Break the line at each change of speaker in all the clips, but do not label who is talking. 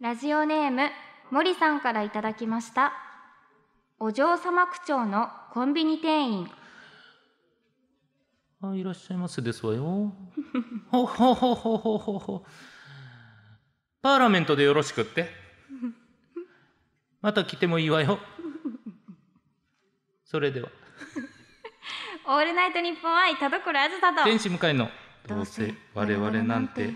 ラジオネーム森さんからいただきましたお嬢様口調のコンビニ店員
あいらっしゃいませですわ よほほほほほほほパーラメントでよろしくってまた来てもいいわよそれでは
オールナイトニッポン愛田所あずさと
天使向かいのどうせ我々なんて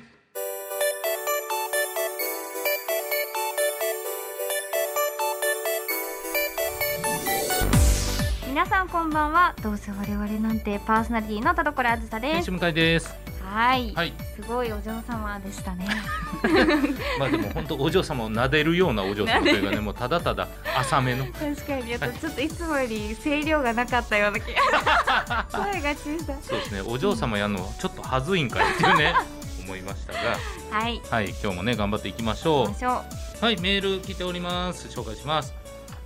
皆さんこんばんはどうせ我々なんてパーソナリティの田所あずさで
天
す
使向かいです
はい
はい
すごいお嬢様でしたね
まあでも本当お嬢様を撫でるようなお嬢様というかねもうただただ浅めの
確かにあとちょっといつもより声量がなかったような気 が声が小さい
そうですねお嬢様やんのはちょっとはずいんかいっていう ね思いましたが
はい
はい今日もね頑張っていきまし
行
ょう
きましょう
はい、メール来ております。紹介します。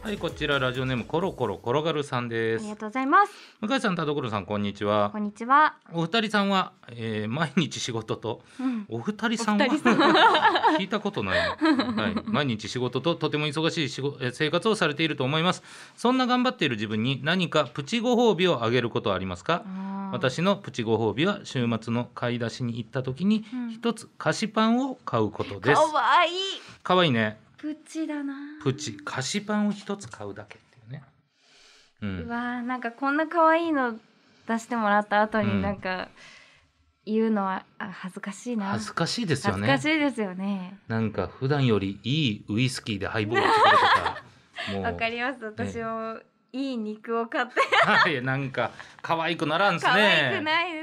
はい、こちらラジオネームコロコロ転がるさん
あ
で
り
す
が。とうございます
向井さん、田所さん、こんにちは
こ。んにちは、
お二人さんは、えー毎日仕事と、
うん、
お二人さんは
お二人さ
聞いたことないな。はい、毎日仕事ととても忙しい仕事えー生活をされていると思います。そんな頑張っている自分に何かプチご褒美をあげることはありますか？
あー
私のプチご褒美は週末の買い出しに行った時に
うん
一つ菓子パンを買うことです
か。わいい
可愛いね。
プチだな
プチ菓子パンを一つ買うだけっていうね、う、
うんわーなんかこんな可愛いの出してもらった後
うん
になんか言うのはあ恥ずかしいな
恥ずかしいですよ
恥ず
ね
かしいですよね
なんか普段よりいいウイスキーでハイボール作るとか もう
わかります私もいい肉を買って
はいなんか可愛くならんすね
可愛くないで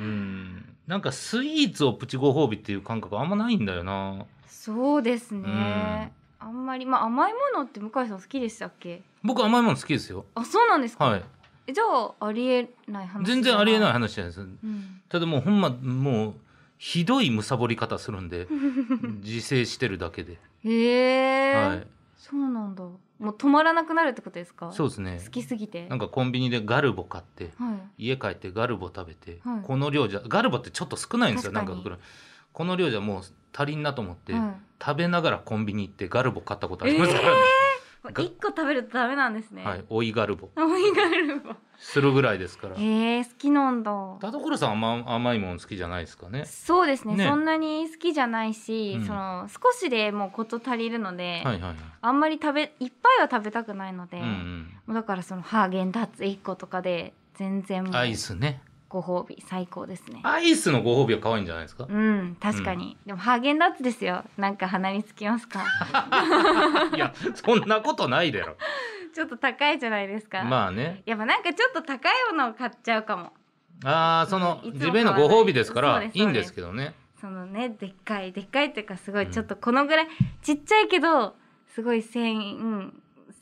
うん、なんかスイーツをプチご褒美っていう感覚あんまないんだよな
すそうですねあんまりまあ甘いものって向井さん好きでしたっけ
僕甘いもの好きですよ
あそうなんですか、
はい
えじゃあありえない話
全然ありえない
い、
話じゃないです
うん、
ただもうほんまもうひどいむさぼり方するんで 自制してるだけで、
へえ、
はい、
そうなんだもう止まらなくなるってことですか
そうですね
好きすぎて
なんかコンビニでガルボ買って
はい
家帰ってガルボ食べて、
はい
この量じゃガルボってちょっと少ないんですよなん
確
か
かに
袋この量じゃもう足りんなと思って、
はい
食べながらコンビニ行ってガルボ買ったことありますからね、
これ
が
一個食べるとダメなんですね。
はい、追いガルボ
思いがあるわ。
するぐらいですから
えー、好きなんだ。
田所さんは甘甘いもの好きじゃないですかね
そうですね
ね
そんなに好きじゃないし、
うん
その少しでもうこと足りるので、
はいはいはい、
あんまり食べいっぱいは食べたくないので、
うんうん
もうだからそのハーゲンダッツ一個とかで全然もう
アイスね
ご褒美最高ですね。
アイスのご褒美は可愛いんじゃないですか、
うん確かに、でもハーゲンダッツですよなんか鼻につきますか
いやそんなことないだろ
ちょっと高いじゃないですか、
まあね
やっぱなんかちょっと高いものを買っちゃうかも
あーその
いつも
自分へのご褒美ですか
そう
ら
です
いいんですけどね
そのねでっかいでっかいっていうかすご
う
い
ん
ちょっとこのぐらい、ちっちゃいけどすごい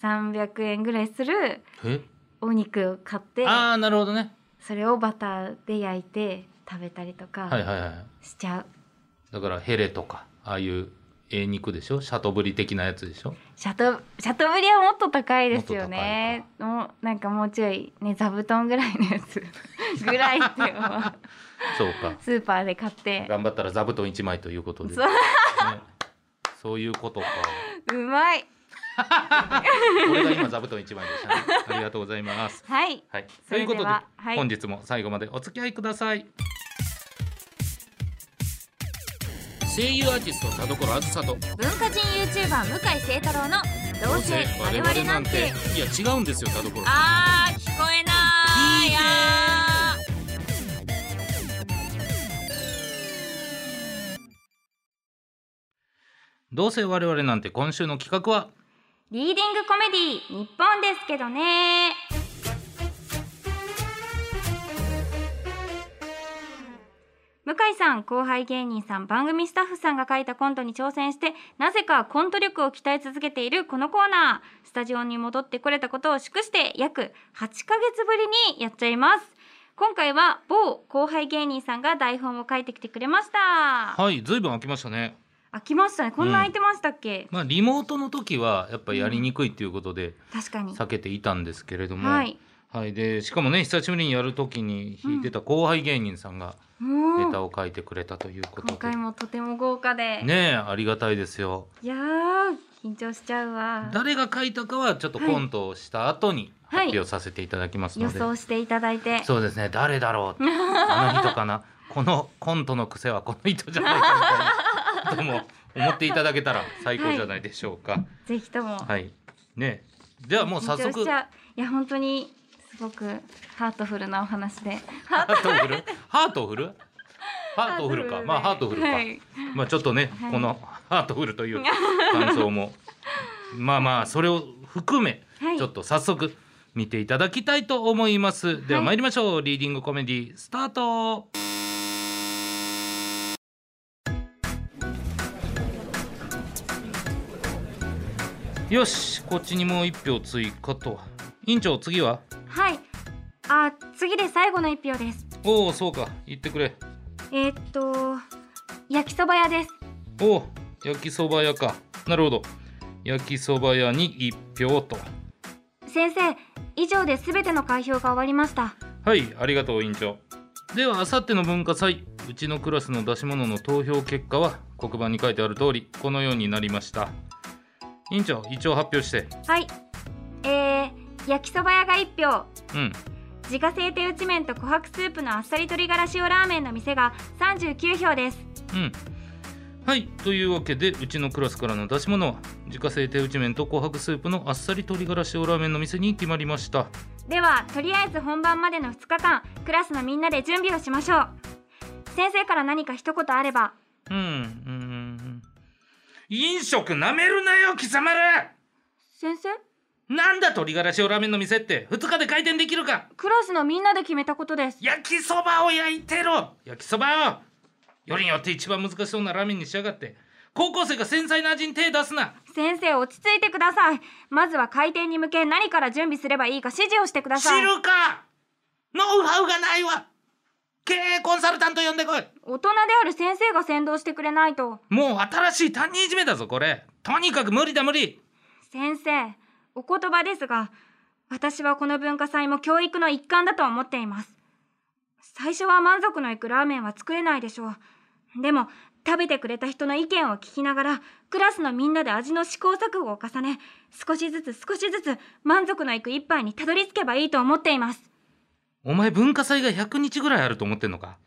1300円ぐらいする
え
お肉を買って
ああなるほどね
それをバターで焼いて食べたりと
はい
か
はいはい
しちゃう、
だからヘレとかああいうええ肉でしょシャトブリ的なやつでしょ
シャトシャトブリはもっと高いですよねもうなんかもうちょいね座布団ぐらいのや つぐらいっていうのは
そうか
スーパーで買って
頑張ったら座布団1枚ということで
そう
ねそういうことか
うまい
俺が今座布団1枚でしたねありがとうございます
はい
はい
そ
とい
れ
う
で
ことで
ははい
本日も最後までお付き合いください声優アーティスト田所あずさと
文化人 YouTuber 向井聖太郎の「どうせ我々なんて」
いや違うんですよ田所
あー聞こえないや
どうせ我々なんて今週の企画は
リーディングコメディ日本ですけどね向井さん後輩芸人さん番組スタッフさんが書いたコントに挑戦してなぜかコント力を鍛え続けているこのコーナースタジオに戻ってこれたことを祝して約8ヶ月ぶりにやっちゃいます今回は某後輩芸人さんが台本を書いてきてくれました
はいずいぶん空きましたね
飽きましたねこんな空いてましたっけ、
まあ、リモートの時はやっぱりやりにくいということで
確かに
避けていたんですけれども、
はい
はい、でしかもね久しぶりにやる時に弾いてた後輩芸人さんがネタ
もう
を書いてくれたということ
今
で、
回もとても豪華で、
ねえありがたいですよ
いやー緊張しちゃうわ
誰が書いたかはちょっとコントをした後に
は
発
い
表させていただきます
予
ので、
想していただいて
そうですね誰 だろうあの人かなこのコントの癖はこの人じゃないかみたいなことも思っていただけたら最高じゃないでしょうか
ぜひとも、
はい、ねえではもう早
緊張
速
しちゃういや本当にすごくハートフルなお話で
ハートフルハートフルハートフルか
で
まあハートフルか、
はい
まあちょっとね、
はい
このハートフルという感想も まあまあそれを含め、
はい
ちょっと早速見ていただきたいと思いますでは
はい
参りましょう、リーディングコメディスタートよしこっちにもう1票追加と院長次は
はいあ次で最後の一票です
おおそうか言ってくれ
えーっと焼きそば屋です
お焼きそば屋かなるほど焼きそば屋に1票と
先生以上で全ての開票が終わりました
はいありがとう委員長ではあさっての文化祭うちのクラスの出し物の投票結果は黒板に書いてある通りこのようになりました委員長一応発表して
はいえー、焼きそば屋が1票
うん
自家製手打ち麺と琥珀スープのあっさり鶏ガラ塩ラーメンの店が39票です
うんはいというわけでうちのクラスからの出し物は自家製手打ち麺と琥珀スープのあっさり鶏ガラ塩ラーメンの店に決まりました
ではとりあえず本番までの2日間クラスのみんなで準備をしましょう先生から何か一言あれば
うんうんうんうん飲食なめるなよ貴様ら
先生
なんだ鶏ガラ塩ラーメンの店って2日で開店できるか
クラスのみんなで決めたことです
焼きそばを焼いてろ焼きそばをよりによって一番難しそうなラーメンにしやがって高校生が繊細な味に手出すな
先生落ち着いてくださいまずは開店に向け何から準備すればいいか指示をしてくだ
知
さい
るかノウハウがないわ経営コンサルタント呼んでこい
大人である先生が先導してくれないと
もう新しい担任いじめだぞこれとにかく無理だ無理
先生お言葉ですが私はこの文化祭も教育の一環だと思っています最初は満足のいくラーメンは作れないでしょうでも食べてくれた人の意見を聞きながらクラスのみんなで味の試行錯誤を重ね少しずつ少しずつ満足のいく一杯にたどり着けばいいと思っています
お前文化祭が100日ぐらいあると思ってんのか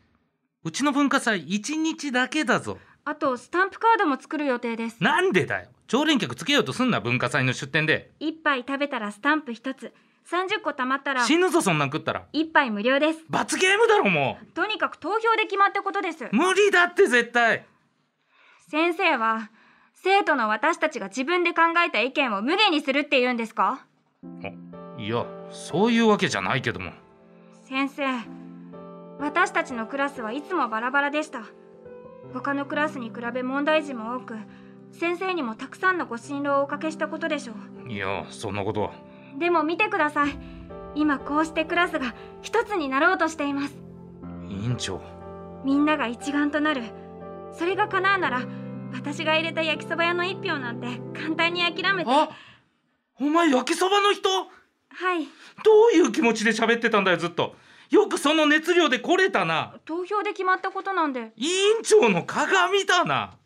うちの文化祭1日だけだぞ
あとスタンプカードも作る予定です
なんでだよ常連客つけようとすんな文化祭の出店で
一杯食べたらスタンプ一つ30個貯まったら
死ぬぞそんなん食ったら
一杯無料です
罰ゲームだろも
とにかく投票で決まったことです
う無理だって絶対
先生は生徒の私たちが自分で考えた意見を無限にするって言うんですか
いやそういうわけじゃないけども
先生私たちのクラスはいつもバラバラでした他のクラスに比べ問題児も多く先生にもたくさんのご心労をおかけしたことでしょう
いやそんなことは
でも見てください今こうしてクラスが一つになろうとしています
委員長
みんなが一丸となるそれが叶うなら私が入れた焼きそば屋の一票なんて簡単に諦めては
あお前焼きそばの人
い
どういう気持ちで喋ってたんだよずっとよくその熱量で来れたな
投票で決まったことなんで
委員長の鏡だな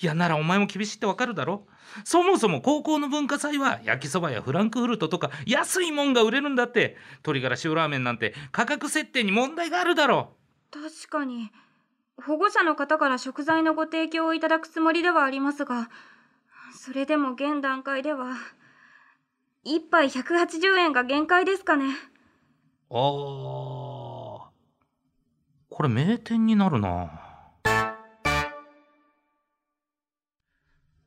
いやならお前も厳しいってわかるだろそもそも高校の文化祭は焼きそばやフランクフルトとか安いもんが売れるんだって鶏ガラ塩ラーメンなんて価格設定に問題があるだろ
確かに保護者の方から食材のご提供をいただくつもりではありますがそれでも現段階では1杯180円が限界ですかね
あーこれ名店になるな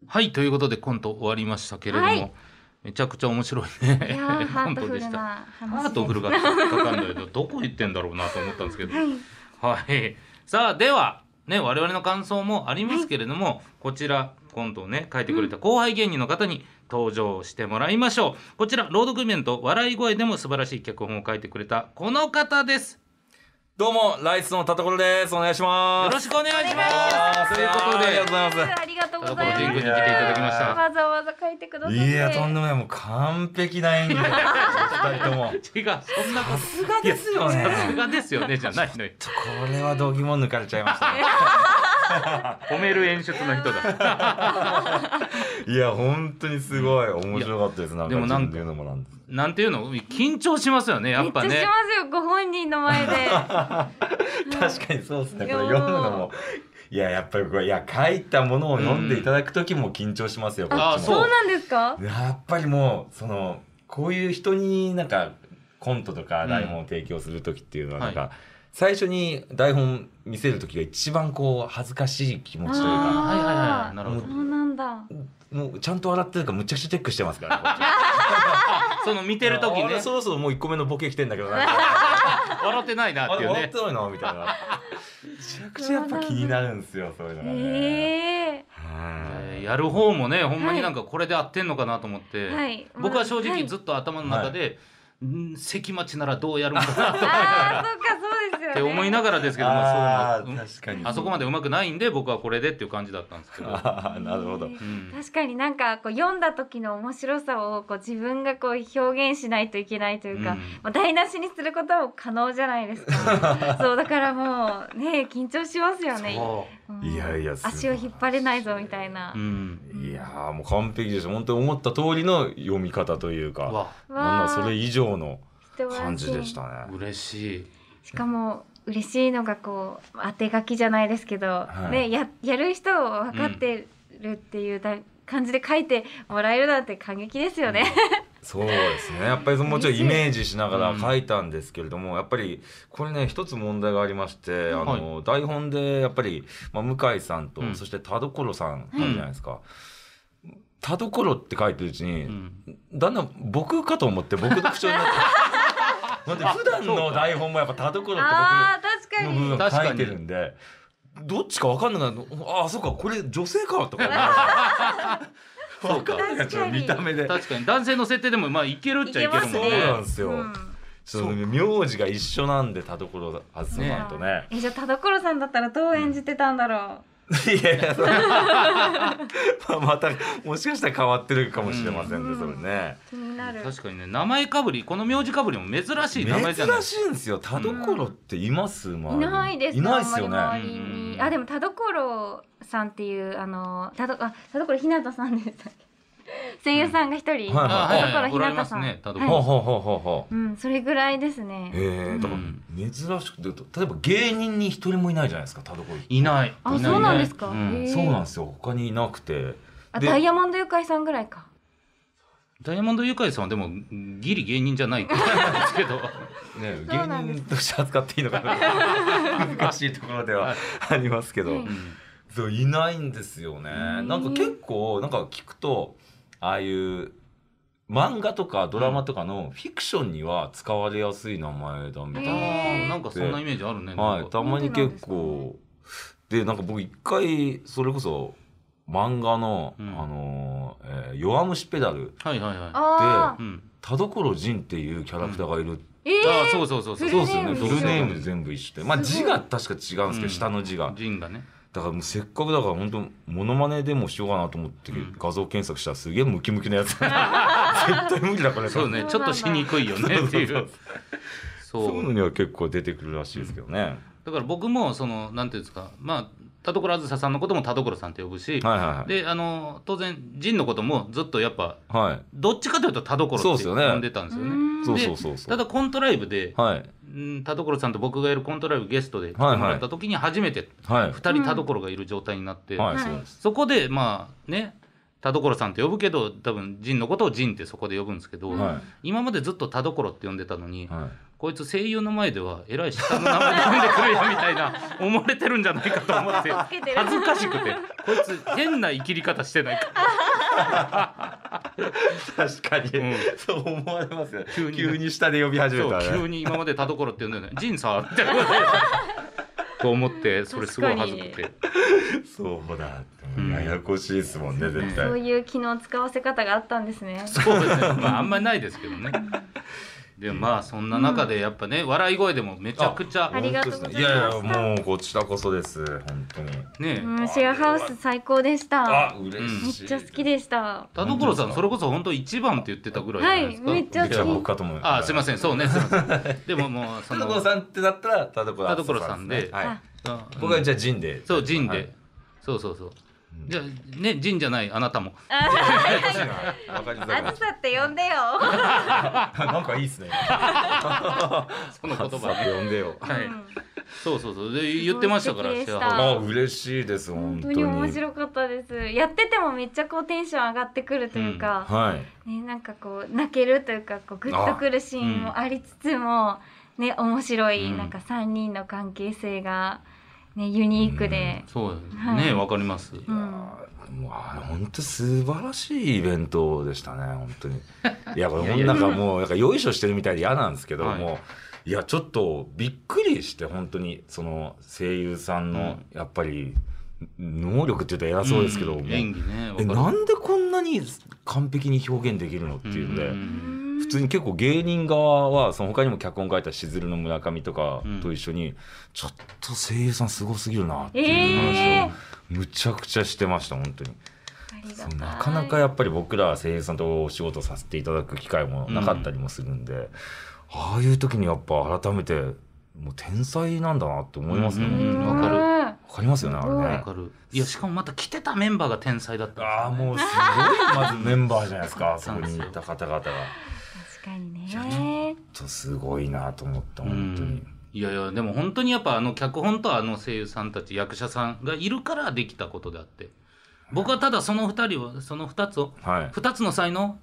はいということでコント終わりましたけれども、
はい
めちゃくちゃ面白いね
いや ーハー
コン
ト
ト
フ
で
ル
した
な話
ハートフルがかかんないとどこ行ってんだろうなと思ったんですけど
はい
はいさあではね我々の感想もありますけれども、こちらコントをね書いてくれた後輩芸人の方に登場してもらいましょう、こちら朗読イベント「笑い声」でも素晴らしい脚本を書いてくれたこの方です
どうもライスのたところですお願いしま
よろし
す
くお願いしま
あー
すということ
ありが
で
とうございます
ありがとうご
田
ざ
所
い
神宮
ま
に来
す
ていただきました
わざわざ書いてくださって
いやとんでもないもう完璧な演技二人とも
違うそんなことさ
すがですよね
すがですよねじゃないのよ
ちょこれは度肝抜かれちゃいましたね
褒める演出の人だ
いや本当にすごい面白かったですなんか
でもなんか
自分で言うのもなんです
なんていうの緊張しますよねやっぱ
めっちゃ
ね
しますよご本人の前で
確かにそうですねこれ
いや
読むのもいややっぱりこれいや書いたものを読んでいただく時も緊張しますよ、こっちも
あ
そうなんですか
やっぱりもうそのこういう人になんかコントとか台本を提供する時っていうのは
うん
なんか、最初に台本見せる時が一番こう恥ずかしい気持ちという
あ
か
はいはいはいなるほど
そうなんだ
もうちゃんと洗ってるからむちゃくちゃチェックしてますから、ね、こっち
その見てる時
あれ
ね
そろそろもう1個目のボケ来てんだけどなんか
笑ってないな
あ
って
れ
いう
笑っ
ね
てないのみたいなめちゃくちゃやっぱ気になるんですよそういうのがね、
え
はい
やる方もねほんまになんかこれで合ってんのかなと思って、
えはい
僕は正直
っ
ずっと頭の中で、ん関町ならどうやるもんかな
とああそうかそうですよね
って思いながらですけど、まあ、
あ
そう
ー
な
確かに
あそこまでうまくないんで僕はこれでっていう感じだったんですけど、
あーなるほど
ええ
うん
確かになんかこう読んだ時の面白さをこう自分がこう表現しないといけないというか、
うん
まあ、台無しにすることも可能じゃないです かそうだからもうね緊張しますよね、
そ
うん
いやいやすごい
足を引っ張れないぞみたいな
う、う、ん、
いやーもう完璧です本当に思った通りの読み方という
う
か
わ
なん
わあ
ならそれ以上の
素晴らしい
感じでしたね。
嬉しい
しかも嬉しいのがこう当て書きじゃないですけど、
はい
ねややる人を分かってるっていうだ、感じで書いてもらえるなんて感激ですよね。
そうですねやっぱりそのもちろんイメージしなが
う
ら
ん
書いたんですけれども、やっぱりこれね一つ問題がありましてあの、台本でやっぱり、まあ、向井さんと、
うん
そして田所さんあるじゃないですか。田所って書いてるうちに、
うん
だんだん僕かと思って僕の口調になっ てだって普段の台本もやっぱ田所って僕
ああ確か
の
に、
部分
確か
書
に
いてるんでどっちか分かんなくなるああそうかこれ女性かとか 思
そう
う
か
分かんないちょっと見た目で
確かに男性の設定でもまあいけるっちゃいけるもん
そう
いけま
ね
なんですよ、
うん
その名字が一緒なんで田所あずさんとね
えじゃあ田所さんだったらどう演じてたんだろ
いやいやそれ まあまたもしかしたら変わってるかもしれませんね、
うん
それね
う、気になる
確かにね名前かぶりこの名字かぶりも珍しい名前じゃない
珍しいんですよ田所っています、
い
周り
ないです
いないですよね
あんまり周りに、
うん
あでも田所さんっていうあの田所あ田所ひなたさんでしたっけ声優さんが一人、
はい
あはいはい
田所ひ
おら
な
れま
た
す
さん、
ね田所
ほうほうほうほうほう
うんそれぐらいですね、
ええだから珍しくて例えば芸人に一人もいないじゃないですか田所って
いない
あ
いいい
そうなんですか、
うん
へえ
そうなんですよ他にいなくて
あ
で
ダイヤモンドユカイさんぐらいか
ダイヤモンドユカイさんはでもギリ芸人じゃないって言うんです けど
ね、芸
そうなんです
人として扱っていいのかな難しいところではありますけど、
はい
うん
そういないんですよね
ーん
なんか結構なんか聞くとああいう漫画とかドラマとかのフィクションには使われやすい名前だみたい
へー
な、
ああなんかそんなイメージあるね
はい、たまに結
本
構でなんか僕一回それこそ漫画の「
うん
あのーえー弱虫ペダル
はいはいはい
あ
う
ー
ん」
田所仁っていうキャラクターがいる、
え
ああ
ー、
そうそうそうそう
フ
そう
ルネーム
で
一緒
すよねフルネーム全部一緒でまあ字が確か違うんですけど、
うん
下の字が
ジンがね
だからもうせっかくだから本当モノマネでもしようかなと思って
うん
画像検索したらすげえムキムキ なやつ絶対無理だこれ
そうね
そうなんだ
ちょっとしにくいよねってい
そうそう
う
そう
そ
いうの
う
には結構出てくるらしいですけどね、
だから僕もそのなんていうんですかまあ田所あずささんのことも田所さんって呼ぶし
はいはいはい
であの当然ジンのこともずっとやっぱ
はい
どっちかというと田所
そう
っ
ってすよね
呼んでたんですよね
うん
そうそうそうそ
た
う
だコントライブで
はい
うん田所さんと僕がやるコントライブゲストで来てもらった時に初めて
はい
2人田所がいる状態になって、
はい、
はい
そうです
そこでまあね田所さんって呼ぶけど多分仁のことを仁ってそこで呼ぶんですけど、
は
今までずっと田所って呼んでたのに、
はい
こいつ声優の前ではえらい下の名前で呼んでくるよみたい な思われてるんじゃないかと思って
つけてる
恥ずかしくてこいつ変な生きり方してないか、
確かに、
うん
そう思われますよね
急
急
に
に下で呼び始め
そ
た
う
ね
急に今まで田所って呼んでるのに「仁さん」みたいなこと でと思ってそれすごい恥ずくて
そうだ
うん
ややこしいですもんね絶
そう
対
いう機能使わせ方があったんですね
そうですねまああんまりないですけどねでまあそんな中でやっぱね、笑い声でもめちゃくちゃ
ありがとうございます
いやいやもうこちらこそです本当に
ね
うん、シェアハウス最高でした
あ嬉
めっ
しい
ちゃ好きでした
田所さんそれこそ本当一番って言ってたぐらいじゃないですか、
はいめっちゃ
じゃあ僕かと思う
あすいませんそうねすいませんでももうそ
田
の
所さんってなったら田所
田所さんで
はい
あ
あうん
僕はじゃあジンで
そう陣で、
はい
そうそうそう
うん
じゃあね陣じゃないあなたも
あ
おかしいなわかりづらい
ずさって呼んでよ
なんかいいですね
その言葉
さて呼んでよ
はい、
うん
そうそうそうで言ってましたから
すごい素敵でした
シェアハウ
あ嬉しいです本
本
当
当
に
に面白かったですやっててもめっちゃこうテンション上がってくるというか、
はい
ね、なんかこう泣けるというかこうグッとくるシーンもありつつも、ね面白い、
うん
なんか3人の関係性が、ね、ユニークで
ス、そうです
はい
ねわ、かります
うん
もうあれ本当素晴らしいイベントでしたね 本当にいやこ
いや
れ
いや
なんかもうなんかよいしょしてるみたいで嫌なんですけど、
はい
もういやちょっとびっくりして本当にその声優さんのやっぱり能力って言うと偉そうですけど、
ん
もう
演技ねわか
え
る
なんでこんなに完璧に表現できるのっていうんで、
ん
普通に結構芸人側はその他にも脚本書いたしずるの村上とかと一緒に、ちょっと声優さんすごすぎるなっていう話
え
をむちゃくちゃしてました本当にそ
ー、
うなかなかやっぱり僕ら声優さんとお仕事させていただく機会もなかったりもするんで、ああいう時にやっぱ改めてもう天才なんだなって思いますね、
う
わ
んわかる
る
かりますよねあれ
わ
ね
かるいやしかもまた来てたメンバーが天才だったんですよね
ああもうすごいまずメンバーじゃないですかあそこに行った方々が。
確かに
いや
ね
ちょっとすごいなと思った
う
本当に
ん、いやいやでも本当にやっぱあの脚本とあの声優さんたち役者さんがいるからできたことであって僕はただその二人をその二つを
はい
二つの才能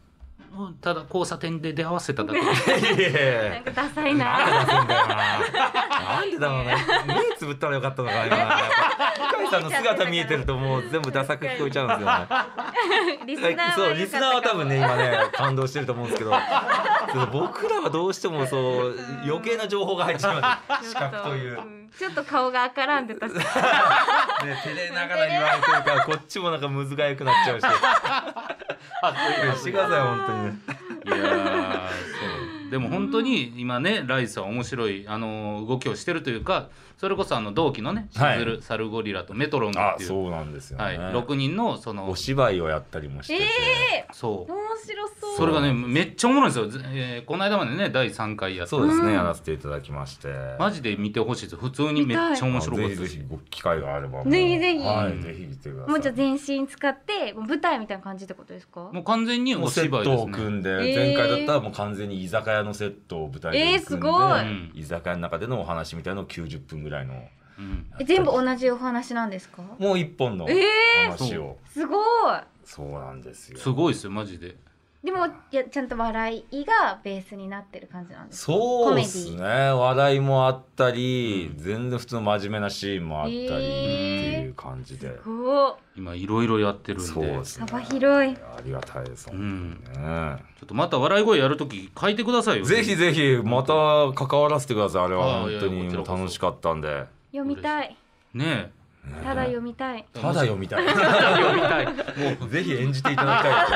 をただ交差点で出会わせた だけ
なんかダサいな
なんでだろうね目つぶったらよかった のかな今深井さんの姿見えてるともう全部ダサく聞こえちゃうん ですよね
リスナーは
そうリスナーは多分ね 今ね感動してると思うんですけどちょっと僕らはどうしてもそう余計な情報が入ってしま う視覚という、ね、
ちょっと顔が赤らんでたし
照れながら言われてるからこっちもなんかむずがゆくなっちゃうししてください本当にね
いやーそうでも本当に今ねライスは面白いあの動きをしてるというかそれこそあの同期のねし
はい
ずるサルゴリラとメトロングっていう、
うなんですよ
はい、6人のその
お芝居をやったりもしてて、
え
そう
ー、面白そう
それがねめっちゃおもろいんですよ、ずえーこの間までね第3回やって
そうですね、
うん
やらせていただきまして
マジで見てほしいです普通にめっちゃ面白かった
ぜ
で
ひぜ
す
ひご機会があればもう
ぜひぜひ
はいぜひ見てください
もうじゃあ全身使ってもう舞台みたいな感じってことですか
もう完全にお
もうセ
芝
ッ
居
ト
です
を
ね
組んで、
えー
前回だったらもう完全に居酒屋のセットを舞台で組んで、
えーすご
い
居酒屋の中でのお話みたいなのを90分ぐらいの
うん
え全部同じお話なんですか
もう一本の
えー
話を、
すごい
そうなんですよ
すごいですよマジで
でもいやちゃんと笑いがベースになってる感じなんです
そうですね笑いもあったり、全然普通の真面目なシーンもあったりっていう感じで、
すごい
今いろいろやってるんで
そうですね
幅広い
ありがたいです、
うん
本当にね
ちょっとまた笑い声やるとき書いてくださいよ
ぜひぜひまた関わらせてくださいあれは
あいやい
本当
や
に
こちらこ
もう
そ
楽しかったんで
読みたい
ね
ただ読みたい
え
ただ読みたい
読みたいも
ぜひ演じていただきたい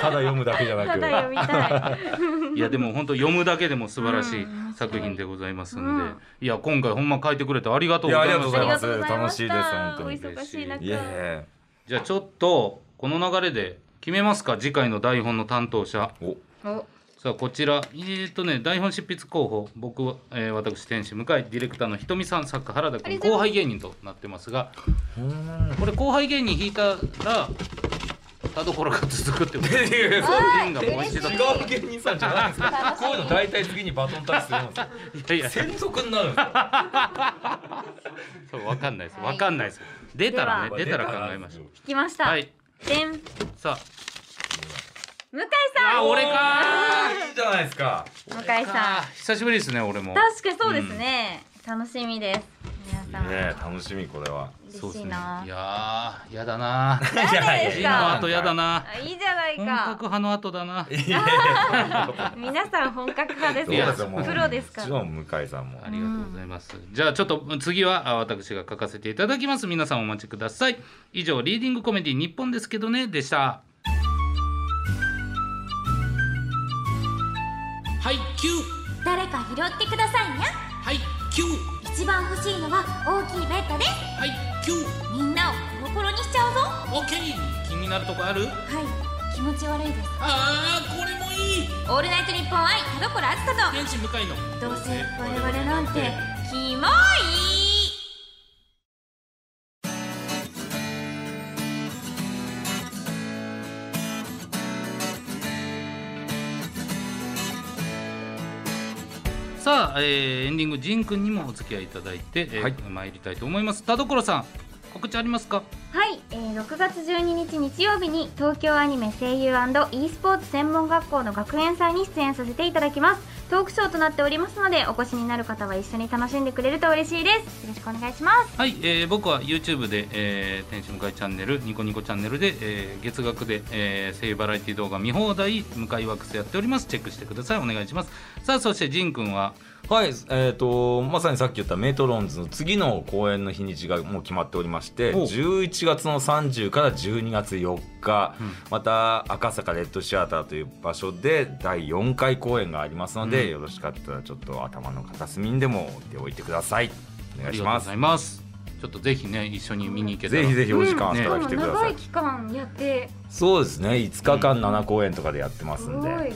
ただ読むだけじゃな
た
く
だ読みたい
ういやでも本当読むだけでも素晴らしい
うん
作品でございますんで、
うん
いや今回ほんま書いてくれてありがとう
い
ご
や
ざ
あ
い
りが
ま
とう
す
ございます
ありがとうございまし
楽
た
し
お忙しい
です本当に
い
中
いえ
じゃあちょっとこの流れで決めますか次回の台本の担当者
お
お
さあこちらえー、とね台本執筆候補僕は、えー私天使向井ディレクターのひとみさん作家原田
あり
君
がとう
後
ござ
輩芸人となってますが
うーん
これ後輩芸人引いたら田所が続くってこと
いやいやそう
全員がもう
違
一度いう
芸人さんじゃないです かこういうの大体次にバトンタッチするんで
やいや
すよ専属になるんですよ
そうわかんないです
はい
わかんないです出たらね
では
出たら考えましょう
聞きました、
はい
でん向井
さ
さん
ああ俺か
いいじゃないですか
向井
ー
さ
あー久しぶりですね俺も
ん確かにそうですね、楽しみです皆さん、
ねえ楽しみこれは
そう
嬉し
です
い
ね
ない
やーやだなー
いや
ですか
いいの後やだな
あいいじゃない
本
か
格派の後だない
やいやいや
皆さん本格派です
そう
や
か
ですよもう
プロですか
もち
ら
ろん向井さんも
ありがとうございます。じゃあちょっと次はあ私が書かせていただきます。皆さんお待ちください。以上、リーディングコメディ日本ですけどねでした。はい、キュー
か拾ってくださいにゃ
はいキュー
一番欲しいのは大きいベッドです
はいキュー
みんなをコロコロにしちゃうぞは
オッケー
気になるとこある
い気持ち悪いです
ああこれもいい
オールナイトニッポン愛田所あずさ
天使向かいの
とどうせ我々なんてキモい
さあ、えー、エンディングジン君にもお付き合いいただいて、えー
はい
参りたいと思います田所さん告知ありますか
はい、えー6月12日日曜日に東京アニメ声優 &e スポーツ専門学校の学園祭に出演させていただきますトークショーとなっておりますのでお越しになる方は一緒に楽しんでくれると嬉しいですよろしくお願いします
はい、えー僕は YouTube で、えー、天使向井チャンネルニコニコチャンネルで、えー月額で、えー声優バラエティ動画見放題向井ワックスやっておりますチェックしてくださいお願いしますさあそしてジン君は
はい、えー、とまさにさっき言ったメイトロンズの次の公演の日にちがもう決まっておりまして
おう
11月の30から12月4日、また赤坂レッドシアターという場所で第4回公演がありますの
う
で、
ん
よろしかったらちょっと頭の片隅にでも置いておいてくださいお
あ
願い
りがとう
しま
ご
す
ざいますちょっとぜひね一緒に見に行けたら
ぜひぜひお時間あっ
ね
たら来てください、
期間やって
そうですね5日間7公演とかでやってますんで、はい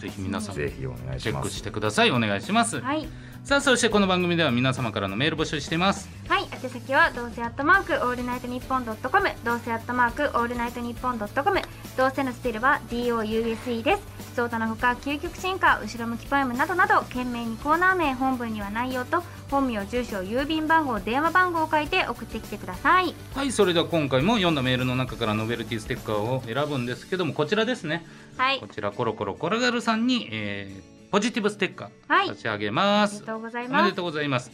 ぜひ皆さん
ぜひお願い
チ
し
ェッ
ま
ク
す
してくださいお願いします、
はい
さあそしてこの番組では皆様からのメール募集しています
はい、宛先はどうせアットマークオールナイトニッポンドットコムどうせアットマークオールナイトニッポンドットコムどうせのスペルは DOUSE ですその他のほか究極進化後ろ向きポエムなどなど懸命にコーナー名本文には内容と本名住所郵便番号電話番号を書いて送ってきてください
はいそれでは今回も読んだメールの中からノベルティステッカーを選ぶんですけどもこちらですね
はい
こちらコロコロコロガルさんに、えーポジティブステッカ
はい
ー差し上げま
あり
す、
がとうござい
お
ま
め
す
でとうございます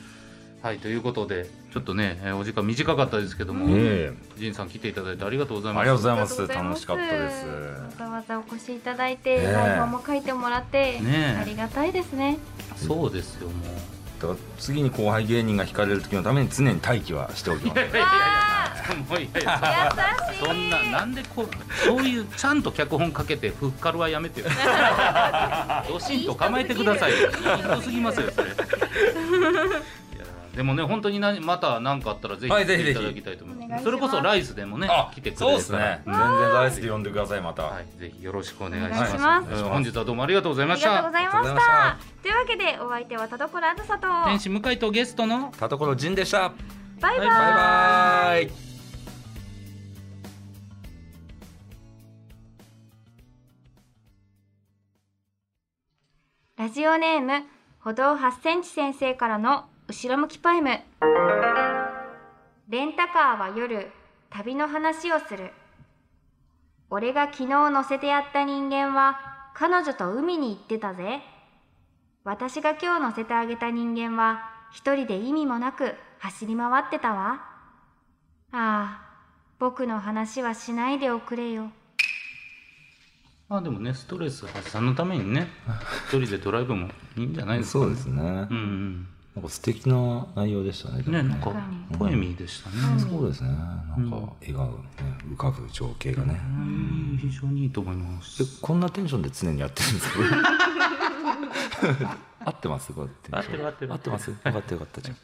はいということでちょっとね、えーお時間短かったですけども、
え
ジンさん来ていただいてありがとうござ
え
い
あ
ま
り
す
がとうござ
あ
い
りがとうご
ます
ざい
楽
ま
しかったです
わざわざお越しいただいて
ねえ
台本も書いてもらって、
ねえ
ありがたいですね
そうですよもう
だから次に後輩芸人が引かれる時のために常に待機はしておきま
いやいやいやいやもういやいや
優しい
そんななんでこうそういうちゃんと脚本かけてふっかるはやめ てよどしんと構えてくださいよいい人すぎますよそれいやでもね本当になまた何かあったらぜひ
は
来
いぜひ
て
ぜ
い
ひ
ただきたいと思います,、
お願いします
それこそライスでもね来てくれたら
そうですね全然大好き呼んでくださいまた、
はい、ぜひよろしくお願いします
お願いします
えー本日はどうもありがとうござい
あ
まし
りがとうご
た
ざいま
ありがとうござい
し
ました
た。というわけでお相手は田所あずさと
天使向井とゲストの
田所仁でした
バイバイ
バイバ
バイバイ
ラジオネーム歩道8センチ先生からの後ろ向きポエムレンタカーは夜旅の話をする俺が昨日乗せてやった人間は彼女と海に行ってたぜ私が今日乗せてあげた人間は一人で意味もなく走り回ってたわああ僕の話はしないでおくれよ
まあでもねストレス発散のためにね一人でドライブもいいんじゃないですか、
そうですね、
うんうん
なんか素敵な内容でしたねでも
ねなんかポエミーでしたね、
そうですねなんか笑顔、ね、浮かぶ情景がね、
うん非常にいいと思います
えこんなテンションで常にやってるんですか 合ってますこうやって
合ってる合ってる
合ってますよかったよかったじゃん